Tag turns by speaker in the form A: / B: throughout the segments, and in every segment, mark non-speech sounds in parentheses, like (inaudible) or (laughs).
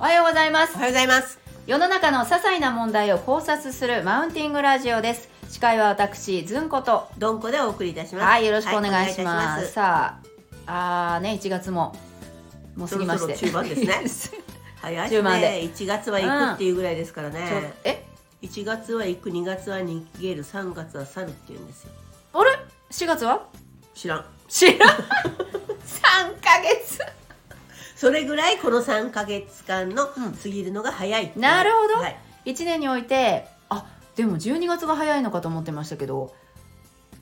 A: おはようございます
B: おはようございます
A: 世の中の些細な問題を考察するマウンティングラジオです司会は私ずんこと
B: どんこでお送りいたします
A: はいよろしくお願いします,、
B: はいお願いいたし
A: さああーね1月ももう過ぎまして
B: そろそろ中盤
A: (laughs)
B: です
A: ね
B: 早い
A: 中盤
B: で
A: です
B: ね1月は行くっていうぐらいですからね、
A: え
B: 一1月は行く2月は逃げる3月は去るって言うんですよ
A: あれ4月は
B: 知らん
A: 知らん (laughs) 3ヶ月
B: それぐらいこの3か月間の
A: うん
B: 過ぎるのが早いっていう、
A: なるほど
B: はい、
A: 1年においてあでも12月が早いのかと思ってましたけど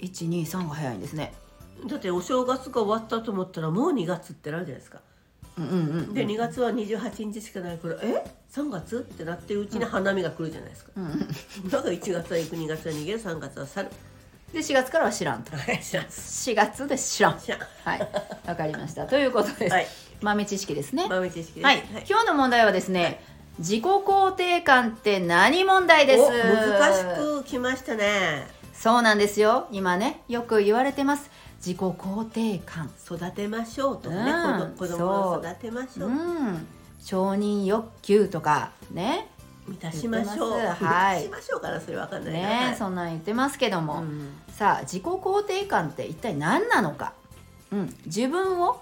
A: 123が早いんですね
B: だってお正月が終わったと思ったらもう2月ってなるじゃないですか
A: うんうんうん
B: で2月は28日しかないからえ3月ってなってるうちに花見が来るじゃな
A: (laughs)
B: いですか、
A: うんうん
B: だから1月は行く2月は逃げる3月は去る
A: で4月からは知らんと
B: はい知らん
A: 4月で知らん
B: 知らん
A: はいわかりましたということです、
B: はい
A: 豆知識ですね
B: 豆知識です
A: はい、今日の問題はですね、自己肯定感って何問題です
B: お難しくきましたね
A: そうなんですよ今ねよく言われてます自己肯定感
B: 育てましょうとかね、
A: うん
B: 子ど子供を育てましょ
A: う
B: う、
A: ん承認欲求とかね
B: 満たしましょう
A: 言ってますはい
B: 満たしましょうからそれわかんないな
A: ね、
B: はい
A: そんなん言ってますけども、
B: うん
A: さあ自己肯定感って一体何なのか、うん、自分を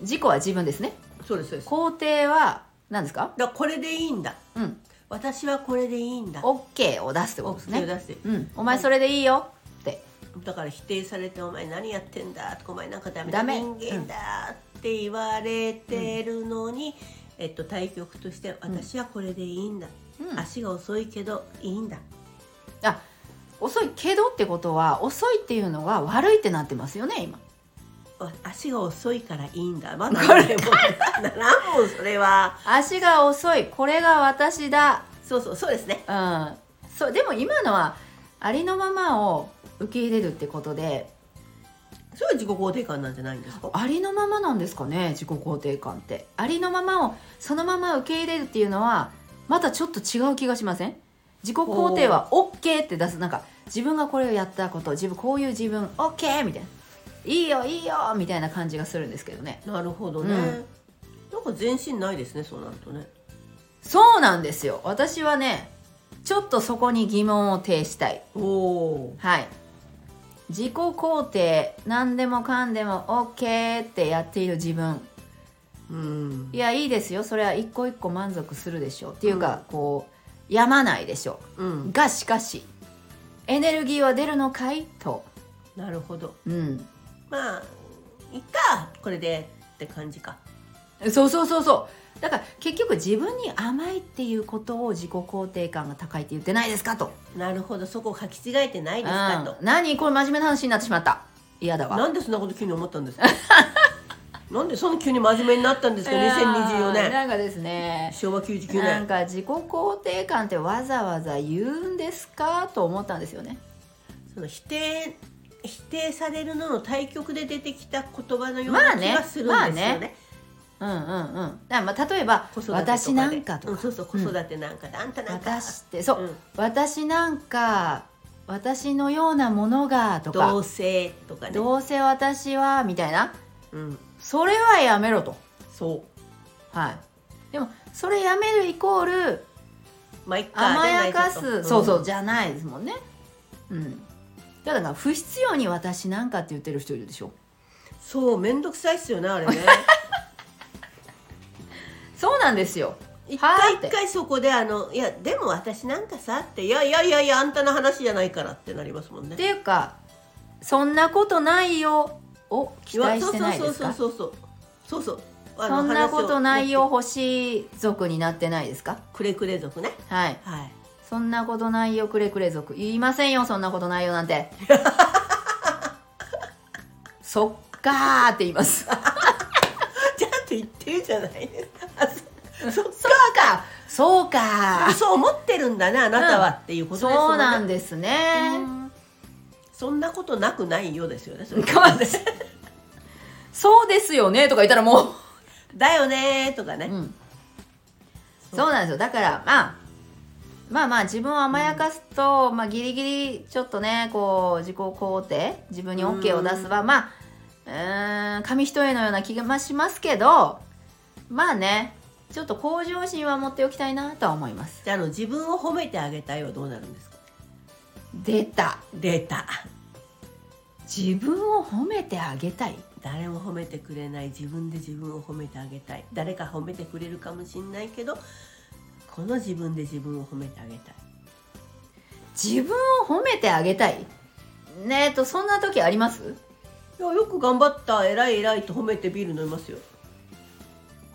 A: 自己は自分ですね
B: そうですそうですだか
A: 肯定は何ですから
B: これでいいんだ
A: うん
B: 私はこれでいいんだ
A: OK を出すってことです
B: 手を
A: ね、
B: 出して
A: うん、お前それでいいよって
B: だから否定されて「お前何やってんだ」とか「お前なんかダメ
A: ダ
B: だ
A: メ
B: 人間だ」って言われてるのに、えっと、対局として「私はこれでいいんだ」
A: うん
B: 足が遅いけどいいんだ」
A: あ遅いけどってことは遅いっていうのが悪いってなってますよね今
B: わ足が遅いからいい
A: (laughs)
B: んだまだこれもならんもんそれは
A: 足が遅いこれが私だ
B: そうそうそうですね
A: うんそうでも今のはありのままを受け入れるってことで
B: それは自己肯定感なんじゃないんですか
A: ありのままなんですかね自己肯定感ってありのままをそのまま受け入れるっていうのはまたちょっと違う気がしません自己肯定は OK って出すなんか自分がこれをやったこと自分こういう自分 OK みたいないいよいいよみたいな感じがするんですけどね
B: なるほどね、
A: うん
B: なんか全身ないですねそうなるとね
A: そうなんですよ私はねちょっとそこに疑問を呈したい
B: おお
A: はい自己肯定何でもかんでも OK ってやっている自分
B: うん
A: いやいいですよそれは一個一個満足するでしょうっていうか、こうやまないでしょ
B: う
A: うんがしかしエネルギーは出るのかいと、
B: なるほど
A: うん、
B: まあいっかこれでって感じか
A: そうそうそうそうだから結局自分に甘いっていうことを自己肯定感が高いって言ってないですかと
B: なるほどそこを書き違えてないですかと
A: うん何これ真面目な話になってしまった嫌だわ
B: なんでそんなこと急に思ったんで
A: (laughs)
B: すかなんでそんな急に真面目になったんですか
A: いやー
B: 2024年
A: なんかですね
B: 昭和99
A: な
B: 年
A: んか自己肯定感ってわざわざ言うんですかと思ったんですよね
B: その否定否定されるのの対局で出てきた言葉のよう
A: ま
B: な
A: あ
B: 気
A: ね
B: がするんですよ
A: まあ
B: ね,、
A: ねうんうんうんだからまあ例えば
B: 子育てとかで
A: 私なんかと
B: う
A: か
B: ん、そうそう子育てなんかで、あんたなんか
A: 私ってそう、
B: うん
A: 私なんか私のようなものがとか
B: 同性とかね
A: どうせ私はみたいな
B: うん、
A: それはやめろと
B: そ
A: はいでもそれやめるイコール
B: うまあいっか
A: 甘やか
B: じゃな
A: す
B: いと
A: そうそう
B: うん
A: じゃないですもんねうんだから不必要に私なんかって言ってる人いるでしょ
B: そう面倒くさいっすよねあ
A: (laughs)
B: れね
A: そうなんですよ
B: 一
A: は
B: 回
A: ーって
B: 一回そこであのいやでも私なんかさっていやいやいやいやあんたの話じゃないからってなりますもんね
A: っていうかそんなことないよを期待してないですか
B: そうそうそうそうそうそうそうあの
A: そんなことない
B: 話
A: よ
B: を
A: 星族になってないですか
B: くれくれ族ね
A: はい
B: はい
A: そんなことないよくれくれ族言いませんよそんなことないよなん (laughs) てそっかーって言い (laughs) ます
B: ちゃんと言ってるじゃないですかあそそっ
A: そうかそうか
B: かそう思ってるんだねあなたは、
A: うん
B: っていうことです
A: そうな
B: で
A: んですね
B: そんなことなくないよですよねそれ
A: かわいいそうですよねとか言ったらも
B: だよねーとかね、
A: う、うん、そうなんですよだからまあまあまあ自分を甘やかすと、まあギリギリちょっとねこう自己肯定自分に OK を出すはまあうーん紙一重のような気がまあしますけどまあねちょっと向上心は持っておきたいなとは思います
B: じゃああの自分を褒めてあげたいはどうなるんですか
A: 出た
B: 出た
A: 自分を褒めてあげたい
B: 誰も褒めてくれない自分で自分を褒めてあげたい誰か褒めてくれるかもしんないけどこの自分で自分を褒めてあげたい
A: 自分を褒めてあげたいねえとそんな時あります
B: いやよく頑張った偉い偉いと褒めてビール飲みますよ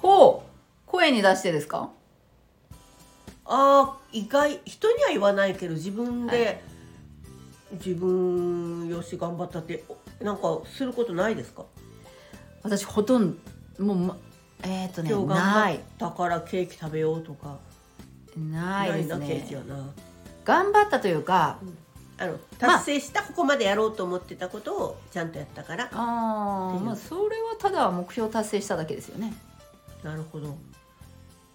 A: ほう声に出してですか
B: あー意外人には言わないけど自分で、
A: は
B: 自分よし頑張ったっておなんかすることないですか
A: 私ほとんどもうまえっ、とね
B: 今日頑
A: な
B: 張
A: い
B: ったからケーキ食べようとか
A: ないです
B: なケーキは
A: ね
B: な
A: 頑張ったというか
B: あの達成したここまでやろうと思ってたことをちゃんとやったから、
A: あ
B: って
A: あ
B: いう
A: まあそれはただ目標達成しただけですよね
B: なるほど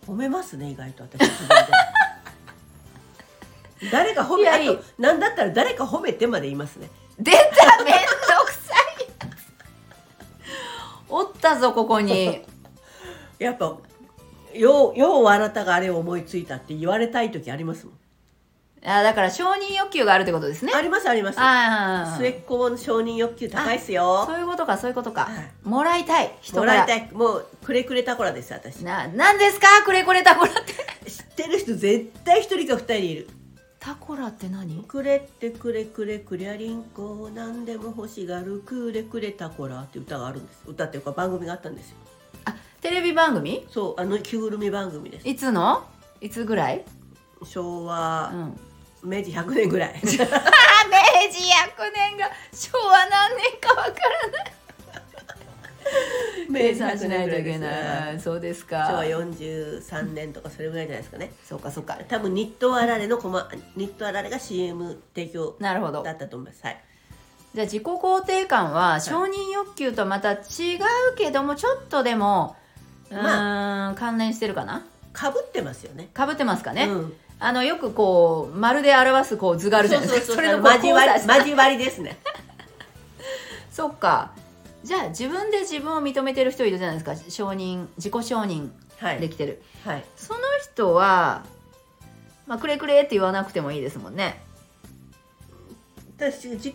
B: 褒めますね意外と私自
A: (laughs)
B: 分で誰か褒め
A: いや
B: あ
A: いい
B: と何だったら誰か褒めてまで言いますね
A: 出ためんどくさいおったぞここ
B: (laughs)
A: に
B: やっぱようようあなたがあれを思いついたって言われたい時ありますもん
A: あだから承認欲求があるってことですね
B: ありますあります
A: ああ
B: 末っ子の承認欲求高いっすよ
A: そういうことかそういうことか、
B: はい
A: もらいたい人
B: も
A: から
B: らいたいもうくれくれたこらです私知
A: な何ですかくれこれタコラって (laughs)
B: ってる人絶対一人か二人いる
A: タコラって何
B: くれってくれくれくりゃりんこ何でも欲しがるくれくれたこらって歌があるんです歌っていうか番組があったんですよ
A: あテレビ番組
B: そうあの着ぐるみ番組です
A: いつのいつぐらい、
B: 昭
A: う
B: 和、
A: ん、
B: 明治100年ぐらい
A: (laughs) あ明治100年が昭和何年かわからない
B: 明
A: 計算しないといけ
B: 100年ぐら
A: ないい
B: です
A: そうです
B: (laughs) 昭
A: か
B: 和43年とかそれぐらいじゃないですかね
A: そうかそうか
B: 多分ニットあられのコマニットあられが CM 提供
A: なるほど
B: だったと思いますはい
A: じゃあ自己肯定感は承認欲求とまた違うけどもちょっとでもうーん関連してるかな
B: かぶってますよね
A: かぶってますかね、
B: うん、
A: あのよくこう丸で表すこう図があるじゃないですか
B: そうそうそう
A: れのこう
B: 交わり
A: 交差し
B: 交わりですね
A: そっかじゃあ自分で自分を認めてる人いるじゃないですか承認自己承認
B: は
A: で
B: い、
A: きてる、
B: はい、
A: その人は、まあ、くれくれって言わなくてもいいですもんね
B: 私自己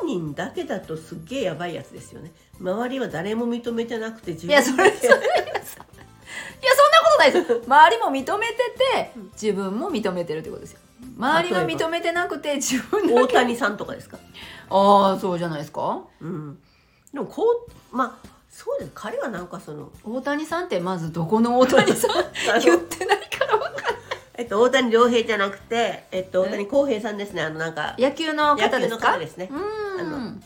B: 承認だけだとすっげえやばいやつですよね周りは誰も認めてなくて自
A: いやそれ
B: だ
A: そ
B: け
A: れいやそんなことないですよ周りも認めてて自分も認めてるってことですよ周りが認めてなくて自分
B: 大
A: だけ
B: 谷さんとかですか
A: ああそうじゃないですか
B: うんでもこうまあそうです彼はなんかその
A: 大谷さんってまずどこの大谷さん
B: (laughs) あの
A: 言ってないから分かん
B: えっと、大谷亮平じゃなくて、えっと、大谷浩平さんですねあのなんか
A: 野球の
B: 野
A: 方
B: 球
A: で
B: の
A: す
B: 方
A: か
B: ですね
A: うーん
B: あ
A: うん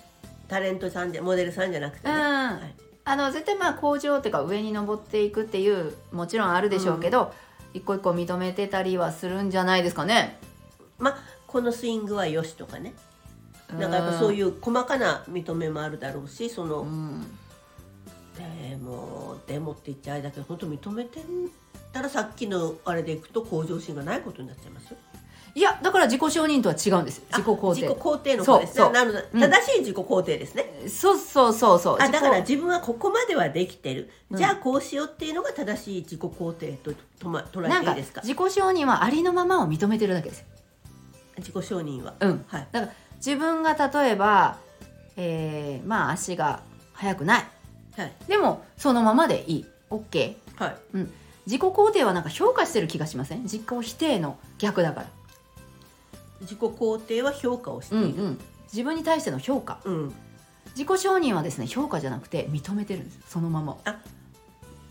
B: タレントさんでモデルさんじゃなくてね、はい
A: あの絶対まあ向上っていうか上に登っていくっていうもちろんあるでしょうけど、一個一個認めてたりはするんじゃないですかね
B: まあこのスイングはよしとかねなんかやっぱそう
A: う
B: いう細かな認めもあるだろうしその、
A: うん
B: でもでもって言っちゃあれだけど本当認めてたらさっきのあれでいくと向上心がないことになっちゃいますよ
A: いやだから自己承認とは違うんです自己肯
B: あ自己
A: 定
B: 肯定の方です
A: そうそ
B: ね
A: う
B: なので
A: うん
B: 正しい自己肯定ですね、
A: そうそうそうそう
B: あだか
A: 自
B: ら
A: 己
B: 自分はここまではできてる、
A: うん
B: じゃあこうしようっていうのが正しい自己肯定とと、ま、捉
A: なん
B: えてい
A: か
B: いですか
A: 自己承認はありのままを認めてるだけですよ
B: 自己承認は、
A: うん
B: はい
A: だから自分が例えば、えーまあ足が速くない
B: はい
A: でもそのままでいい OK
B: はい
A: 自己肯定はなんか評価してる気がしません自己否定の逆だから
B: 自己肯定は評価をして
A: うんう
B: いる、
A: ん自分に対しての評価
B: うん
A: 自己承認はですね評価じゃなくて認めてるんですそのまま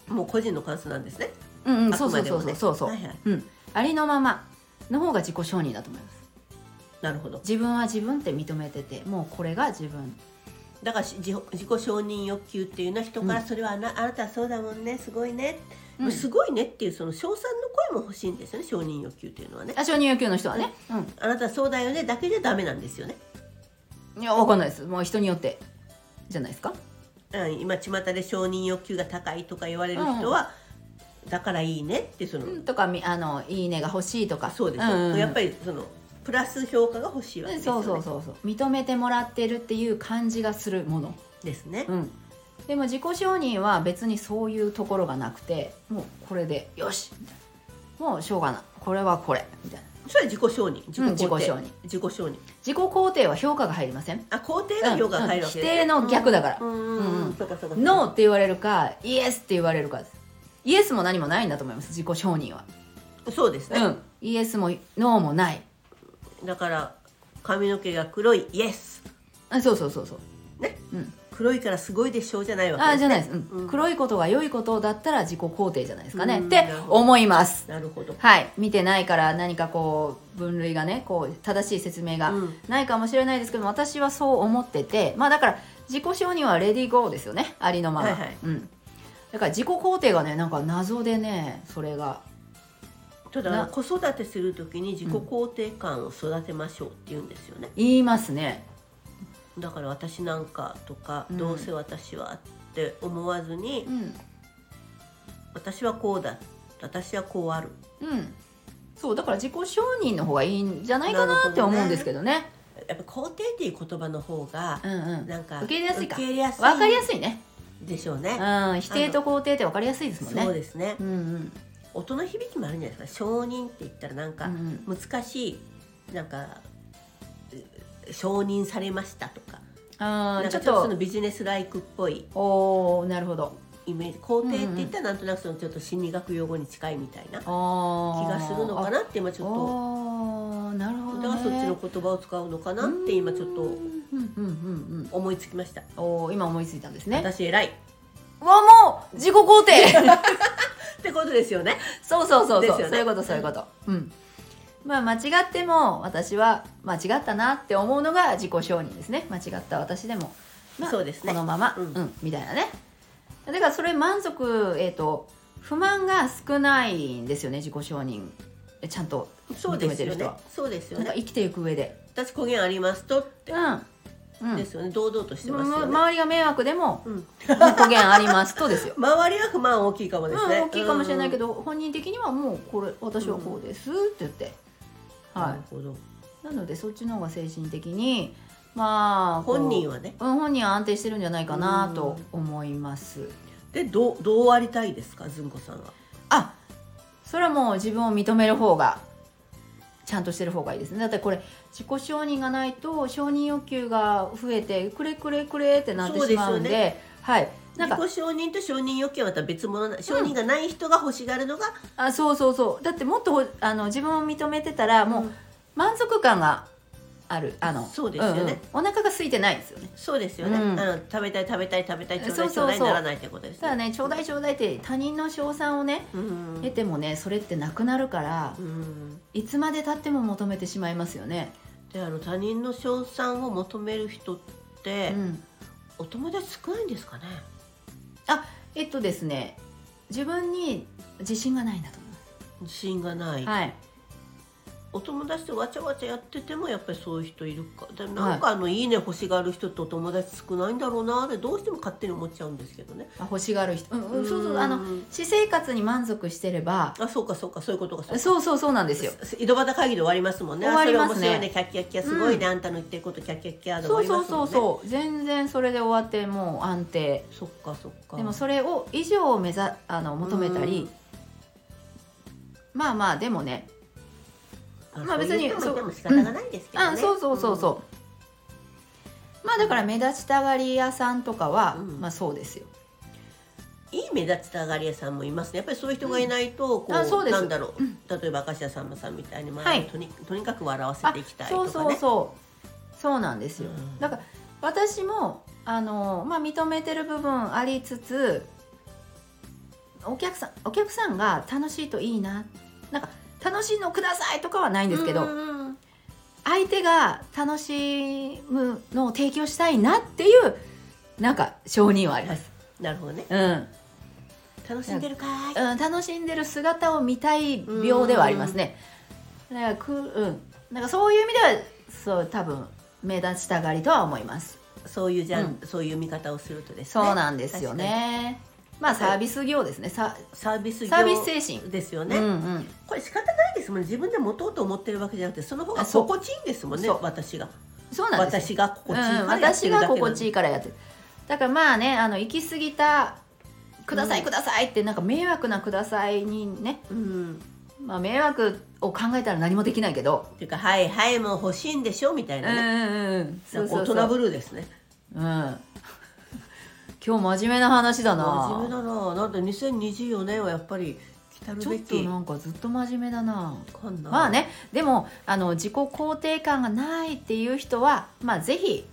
B: もう個人の感想なんですね
A: うんうん
B: あ
A: そ
B: く
A: うそ
B: ま
A: う
B: で
A: そ
B: も
A: うそうそうそ
B: ね
A: う、
B: はいはい
A: うんありのままの方が自己承認だと思います
B: なるほど
A: 自分は自分って認めててもうこれが自分
B: だからし自自己承認欲求っていうのは人から
A: うん
B: それはあな,、あなたはそうだもんねすごいね、
A: うん
B: すごいねっていうその称賛の声も欲しいんですよね承認欲求っていうのはね
A: あ承認欲求の人はね、う
B: あなたはそうだよねだけじゃダメなんですよね、
A: ん、いやわかんないですもう人によってじゃないですか
B: うん、今巷で承認欲求が高いとか言われる人は、だからいいねってその、
A: とかみあのいいねが欲しいとか
B: そうです
A: んんうん
B: やっぱりそのプラス評価が欲しいわけですよ
A: そ
B: ね
A: うそうそうそう認めてもらってるっていう感じがするもの
B: ですね、
A: うんでも自己承認は別にそういうところがなくてもうこれでよしみたいなもうしょうがないこれはこれみたいな
B: それは自己承認自己
A: 自己
B: 肯定、
A: 承認
B: 自己承認
A: 自己肯定は評価が入りません
B: あ肯定が評価が入るわけ
A: うんうん否定の逆だから
B: うんうん
A: うん
B: う
A: うん
B: んそうかそうかそうか
A: ノーって言われるかイエスって言われるかですイエスも何もないんだと思います自己承認は、
B: そうです
A: う
B: ね、
A: ん、イエスもノーもない
B: だから髪の毛が黒いイエス
A: あそうそうそうそう
B: ね、
A: うん、
B: 黒いからすごいでしょうじゃないわけ
A: あ
B: です
A: じゃないです、うん
B: うん
A: 黒いことが良いことだったら自己肯定じゃないですかね
B: うん
A: って思います
B: なるほど、
A: はい見てないから何かこう分類がねこう正しい説明が
B: うん
A: ないかもしれないですけど私はそう思っててまあだから自己承認はレディーゴーですよねありのまま、
B: はいはい
A: うん、だから自己肯定がねなんか謎でねそれが
B: た
A: な
B: だ子育てする時に自己肯定感を育てましょうって言うんですよね、
A: 言いますね
B: だから私なんかとか、
A: うん
B: どうせ私はって思わずに、
A: うん
B: 私はこうだ私はこうある
A: うんそうだから自己承認の方がいいんじゃないかなって思うんですけどね
B: やっぱ肯定っていう言葉の方が
A: うんうん
B: なんか
A: 受け入れやすいか
B: 受け入れやすい
A: 分かりやすいね、
B: でしょうね
A: う、ん、否定と肯定って分かりやすいですもんね
B: そうですね
A: うんうん
B: 音の響きもあるんじゃないですか承認って言ったらなん
A: う
B: か
A: ん
B: 難しいなんかえ承認されましたとか
A: あ
B: な
A: ー
B: ん
A: ち
B: か
A: ょっ
B: ちょっとその
A: と
B: ビジネスライクっぽい
A: おーなるほど
B: イメージ肯定って言ったらなんとなくそのちょっと心理学用語に近いみたいな気
A: あ
B: がするのか
A: な
B: なって今ち
A: ち
B: ょっと
A: なるほど、ね、
B: だからそっちの言葉を使うのかなって今ちょっ
A: うん
B: と
A: うんうんうん
B: 思いつきました
A: おー今思いついたんですね
B: 私偉いっ
A: うわもう自己肯定
B: てことですよね
A: そうそうそう
B: で
A: そう、
B: すよね
A: そういうことそういうことうんまあ間違っても私は間違ったなって思うのが自己承認ですね間違った私でも、まあ
B: そうですね
A: このまま、う
B: うんん
A: みたいなねだからそれ満足えっ、と不満が少ないんですよね自己承認えちゃんと
B: そうですよ
A: 認めてる人
B: ね
A: は
B: そうですよ
A: なんか
B: ね
A: 生きていく上で
B: 私公言ありますとって
A: うん、うん
B: ですよね堂々としてますよね、
A: 周りが迷惑でも
B: うん。
A: 語源ありますとですよ
B: (laughs) 周りは不満大きいかも
A: うん、
B: ですね、
A: 大きいかもしれないけ
B: ど、
A: ど、本人的にはもうこれ私はこうですって言って、
B: な
A: は
B: るほど
A: い、なのでそっちの方が精神的にまあ
B: 本人
A: は、
B: はね
A: うん、本人は安定してるんじゃないかなと思います。
B: でどうどうありたいですかずんこさんは
A: あそれはもう自分を認める方がちゃんとしてる方がいいですねだってこれ自己承認がないと承認欲求が増えてくれくれくれってなってしまうんで
B: そうですよ
A: はいなんか
B: 自己承認と承認欲求はまた別物な承認がない人が欲しがるのが、
A: あそうそうそうだってもっとほあの自分を認めてたらも
B: う
A: うん満足感があるあの
B: そうですよね
A: うんうんお腹が空いてないですよね
B: そうですよね、
A: うん
B: あの食べたい食べたい食べたいちょうだ
A: そう
B: いちょ
A: そうう
B: だ
A: そう
B: いならないってことです
A: ただねちょうだいちょうだいって他人の称賛をね
B: うん
A: 得てもねそれってなくなるから
B: うん
A: いつまでたっても求めてしまいますよね、
B: であの他人の称賛を求める人っ
A: う
B: て、
A: ん、
B: お友達少ないんですかね
A: えっとですね自分に自信がないんだと思います
B: 自信がない、
A: はい
B: お友達とわちゃわちゃやっててもやっぱりそういう人いるかでなんかあの「いいね」欲しがる人とお友達少ないんだろうなってどうしても勝手に思っちゃうんですけどね。
A: あ欲しがる人、うんうん、そうそうあの私生活に満足してれば
B: あそうかそうかそういうことがそうか
A: そうそうそうなんですよ
B: す井戸端会議で終わりますもんね。
A: 終わりますね
B: あそれ面白いねキャッキャッキャすごいね、あんたの言ってることキャッキャッキャで終
A: そ
B: わ
A: う
B: り
A: そ
B: ま
A: う
B: すも
A: そう
B: んね。
A: そう全然それで終わってもう安定
B: そっかそっか。
A: でもそれを以上を目指あの求めたり、まあまあでもね
B: うん、
A: ま
B: ま
A: あ
B: あ
A: 別
B: 別
A: に
B: にそういう人もいても仕方がないですけどね。
A: あそうそうそうそうまあだから目立ちたがり屋さんとかは、
B: うん
A: まあそうですよ
B: うん。いい目立ちたがり屋さんもいますね。やっぱりそういう人がいないとこう、
A: あそうです
B: なんだろう、例えば明石家さんまさんみたいに、まあ
A: はい
B: とにとにかく笑わせ
A: あ
B: ていきたいとか
A: そう
B: ね。
A: そうそうそうなんですよ、
B: うん
A: だから私もあの、まあ、認めてる部分ありつつお客さんお客さんが楽しいといいななんか楽しいのくださいとかはないんですけど、
B: うんうんうん
A: 相手が楽しむのを提供したいなっていうなんか承認はあります、
B: なるほどね。
A: うん
B: 楽しんでるかーい。
A: うん、楽しんでる姿を見たい病ではありますねだからく、うん、なんかそういう意味ではそう多分目立ちたがりとは思います
B: そういうじゃん、
A: う
B: そういう見方をするとですね。
A: そうなんですよねまあサービス業ですねさ
B: サービス業
A: サービス精神
B: ですよね、
A: うんうん
B: これ仕方ないですもんね。自分で持とうと思ってるわけじゃなくて、その方が
A: あそう
B: 心地いいんですもんね。
A: そう
B: 私が、
A: そうなんですよ
B: 私が心地いい
A: うん、
B: からやって
A: 私
B: るだ
A: が
B: けなんで
A: 心地いいからやってるだからまあねあの行き過ぎた「くださ
B: う
A: い
B: ん
A: ください」ってなんか迷惑な「ください」にね、
B: うん
A: まあ、迷惑を考えたら何もできないけど
B: っていうか「はいはいもう欲しいんでしょ」みたい
A: うん
B: な
A: う
B: ね、
A: んうんそうそう
B: なん
A: そ
B: か
A: う
B: 大人ブルーですね
A: うん今日真面目な話だ
B: 真面目
A: な
B: だななんで2024年はやっぱり来たる
A: ちょ
B: べ
A: っと
B: き
A: なんかずっと真面目だな
B: かんな
A: まあねでもあの自己肯定感がないっていう人はまあぜひ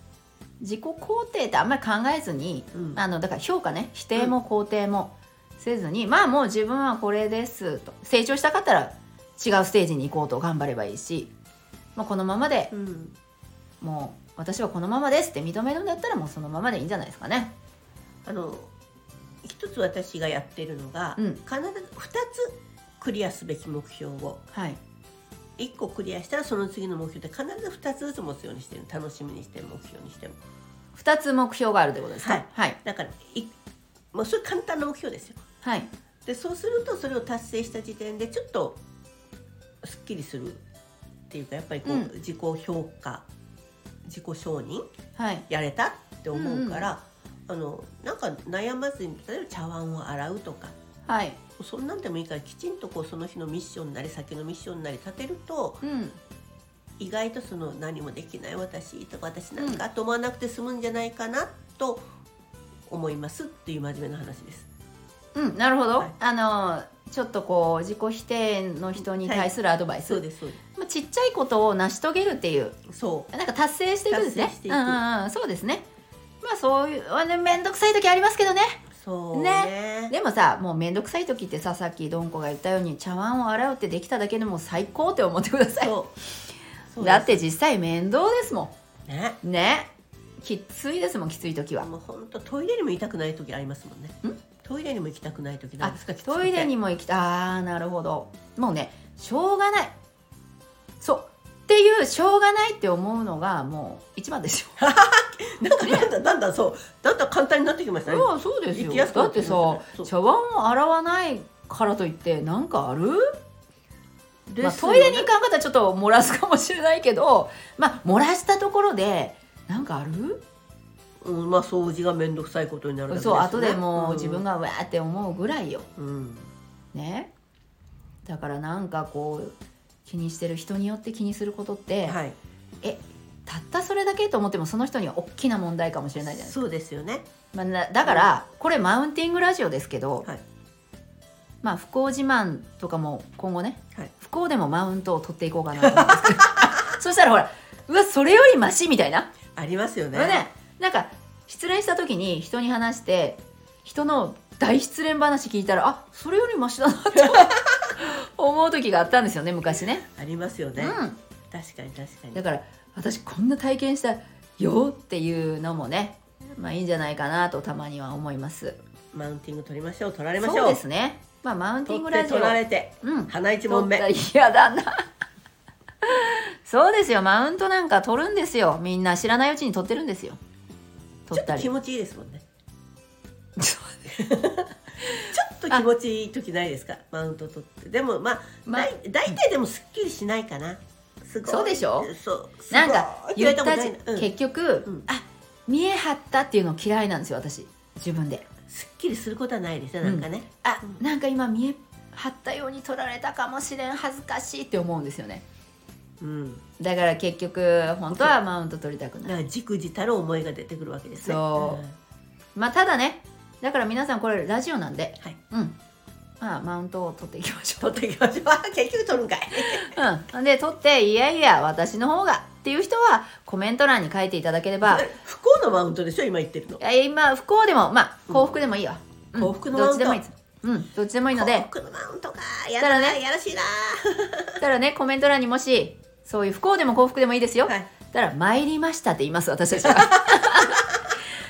A: 自己肯定ってあんまり考えずに
B: うん
A: あのだから評価ね否定も肯定もせずに、まあもう自分はこれですと成長したかったら違うステージに行こうと頑張ればいいし、まあ、このままで
B: うん
A: もう私はこのままですって認めるんだったらもうそのままでいいんじゃないですかね。
B: あの一つ私がやってるのが、
A: うん
B: 必ず2つクリアすべき目標を
A: はい、
B: 1個クリアしたらその次の目標で必ず2つずつ持つようにしてる楽しみにしてる目標にしても
A: 2つ目標があるということですか。
B: はい
A: はい、
B: だからいもうそれ簡単な目標ですよ
A: はい
B: でそうするとそれを達成した時点でちょっとすっきりするっていうかやっぱりこう、
A: うん
B: 自己評価自己承認
A: はい
B: やれたって思うから、あのなんか悩まずに例えば茶碗を洗うとか
A: はい
B: そんなんでもいいからきちんとこうその日のミッションなり先のミッションなり立てると
A: うん
B: 意外とその何もできない私とか私なんかと思わなくて済むんじゃないかなと思いますっていう真面目な話です。
A: うん、なるほど、
B: はい
A: あのちょっとこう自己否定の人に対するアドバイス、
B: そうですそうで
A: まあ、ちっちゃいことを成し遂げるっていう
B: す。そ
A: なんか達成していくんですね
B: 達成していく
A: うんうんうん、そうですねまあそういうあの面倒くさい時ありますけどね
B: うそうね
A: でもさもう面倒くさい時ってささっきどんこが言ったように茶碗を洗うってできただけでもう最高って思ってください
B: そうそう
A: だって実際面倒ですも
B: ですね。
A: んねきついですもんきつい時は
B: もう本当トイレにも行きたくない時ありますもんね
A: ん。
B: トイレにも行きたくない時なん
A: あ
B: ですか。きつくて
A: トイレにも行きたいあーなるほどもうねしょうがないそうっていうしょうがないって思うのがもう一番です
B: (laughs)
A: よ
B: なんかなんだなんだそうだんだん簡単になってきましたね。
A: そうそうです
B: 行
A: よ
B: きやすく
A: だ
B: な
A: ってさ
B: そう
A: 茶碗を洗わないからといってなんかある、
B: で
A: まあ、
B: す
A: ト
B: よ
A: イ
B: ね
A: レに行かんかったらちょっと漏らすかもしれないけどまあ漏らしたところでなんかある
B: うん、まあ掃除が面倒くさいことになるだけ
A: そう後でもう自分
B: が、
A: がうわーって思うぐらいよ
B: うん、
A: ねだからなんかこう気にしてる人によって気にすることって、
B: はい
A: たったそれだけと思ってもその人には大きな問題かもしれないじゃないですか、
B: そうですよね
A: まあな、だからこれマウンティングラジオですけど、
B: はい
A: まあ不幸自慢とかも今後ね、
B: はい
A: 不幸でもマウントを取っていこうかなと思うんですけど (laughs) そしたらほらうわそれよりマシみたいな、
B: ありますよね
A: ねなんか失恋した時に人に話して人の大失恋話聞いたらあそれよりマシだな
B: (laughs)
A: って思う時があったんですよね昔ね。
B: ありますよね、
A: うん
B: 確かに確かに
A: だから私こんな体験したよっていうのもねまあいいんじゃないかなとたまには思います。
B: マウンティング取りましょう取られましょう
A: そうですね。まあマウンティング
B: 取
A: ラ
B: って
A: ジオ。
B: 取られて
A: うん。
B: 鼻一問目
A: 取ったら嫌だな。そうですよ。マウントなんか取るんですよ。みんな知らないうちに取ってるんですよ。
B: ち
A: 取
B: ょ
A: っ
B: ったと
A: り。
B: 気持ちいいですもんね
A: そう
B: (laughs) ちょっと気持ちいい時ないですかマウント取ってでもまあ、
A: まあ
B: だい大体でもすっきりしないかなすごい
A: そうでしょ
B: そうすごい
A: なんか
B: て
A: 言
B: 言
A: っ
B: わ
A: た
B: れ
A: じ
B: もないな、うん、
A: 結局、
B: うん
A: あ見え張ったっていうの嫌いなんですよ私自分で。
B: すっきりすることはないですよなんかね、
A: あ
B: うん
A: なんか今見え張ったように取られたかもしれん恥ずかしいって思うんですよね。
B: うん、
A: だから結局本当はマウント取りたく
B: だ
A: な
B: か
A: い、
B: らじくじたる思いが出てくるわけですね
A: そうんまあただねだから皆さんこれラジオなんで、
B: はい
A: うんまあマウントを取っていきましょう
B: 取っていきましょう。あ結局取るんかい。
A: うんで取っていやいや私の方がっていう人はコメント欄に書いていただければ
B: 不幸のマウントでしょ今言ってるの
A: い。や今不幸でもまあ幸福でもいいよ、うん
B: 幸福のマウント
A: どっちでもいいですうんどっちでもいいの
B: 幸
A: で
B: 福のマウントか。や
A: だから
B: だ
A: ね
B: ね。やらしいな。
A: だからねコメント欄にもしそういう不幸でも幸福でもいいですよ、
B: はい。
A: だから「参りました」って言います私たちは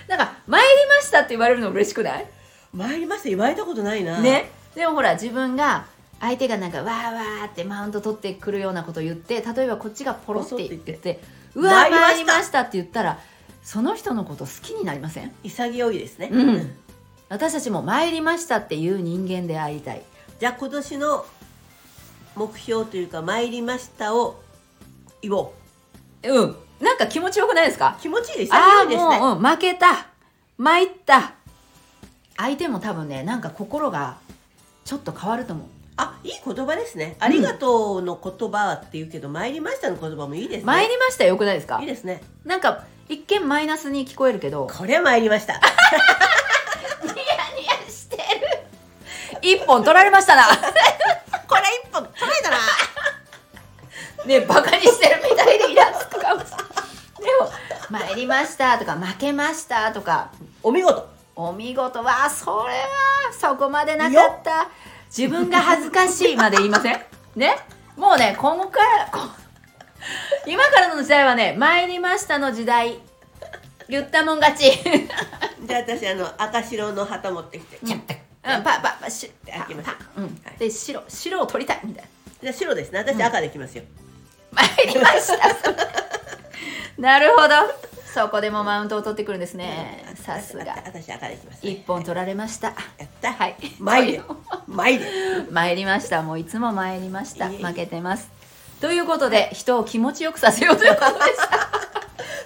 A: なんか「参りました」って言われるの嬉しくない
B: 参りました言われたことないな。
A: ね、でもほら自分が相手がなんかわーわーってマウント取ってくるようなこと言って例えばこっちがポロって言って
B: ポロって言っ
A: うわー
B: 参りました
A: 参りましたって言ったらその人のこと好きになりません
B: 潔いですね。
A: うん私たちも参りましたっていう人間でありたい
B: じゃあ今年の目標というか参りましたを言おう。
A: うんなんか気持ちよくないですか
B: 気持ちいいです。
A: ああ
B: 潔いですね。
A: もう、うん、負けた参った相手も多分ねなんか心がちょっと変わると思う
B: あいい言葉ですね。ありがとうの言葉って言うけど、参りましたの言葉もいいですね。
A: 参りましたよくないですか
B: いいですね。
A: なんか一見マイナスに聞こえるけど
B: これは参りま
A: (laughs)
B: した。
A: ニヤニヤしてる一本取られましたな
B: これ一本取られたな。
A: (laughs) ねバカにしてるみたいでイラつくかもしれないでも「参りました」とか「負けました」とか
B: お見事。
A: 「お見事わあそれはそこまでなかった自分が恥ずかしい」まで言いませんねもうね今後からこ今からの時代はね「参りました」の時代言ったもん勝ち
B: じゃあ私あの赤白の旗持ってきて。
A: うん
B: じゃ
A: うん、パパパシュッ
B: 開けましょう
A: パうん、で白白を取りたいみたいな
B: あ白ですね。私赤できますよ。
A: 参りましたなるほどそこでもマウントを取ってくるんですねさす
B: (laughs)
A: が
B: 私私赤できます、
A: 一本取られました
B: やった。
A: はい
B: 参れ。参れ。
A: (laughs)
B: (laughs)
A: 参りましたもういつも参りました
B: いえいえ
A: 負けてますということで人を気持ちよくさせようという
B: (laughs)
A: ことでした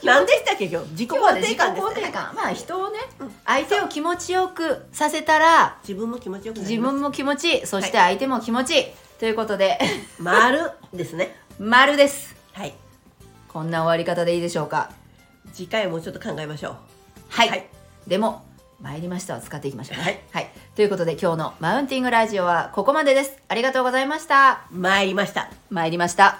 B: 何でしたっけ今日自己
A: 今日は
B: 肯
A: ね自
B: 定
A: 己
B: 感です
A: 肯
B: ね
A: 定感まあ人をね
B: うん
A: 相手を気持ちよくさせたら
B: 自分も気持ちよくなり
A: 自
B: ます
A: 分も気持ちいいそして相手も気持ちいいということで (laughs)
B: 丸ですね
A: 丸です
B: はい
A: こんな終わり方でいいでしょうか
B: 次回もちょっと考えましょう
A: はい、
B: はい
A: でも「参りました」を使っていきましょうね、
B: はい
A: ということで今日の「マウンティングラジオ」はここまでですありがとうございました
B: 参りました
A: 参りました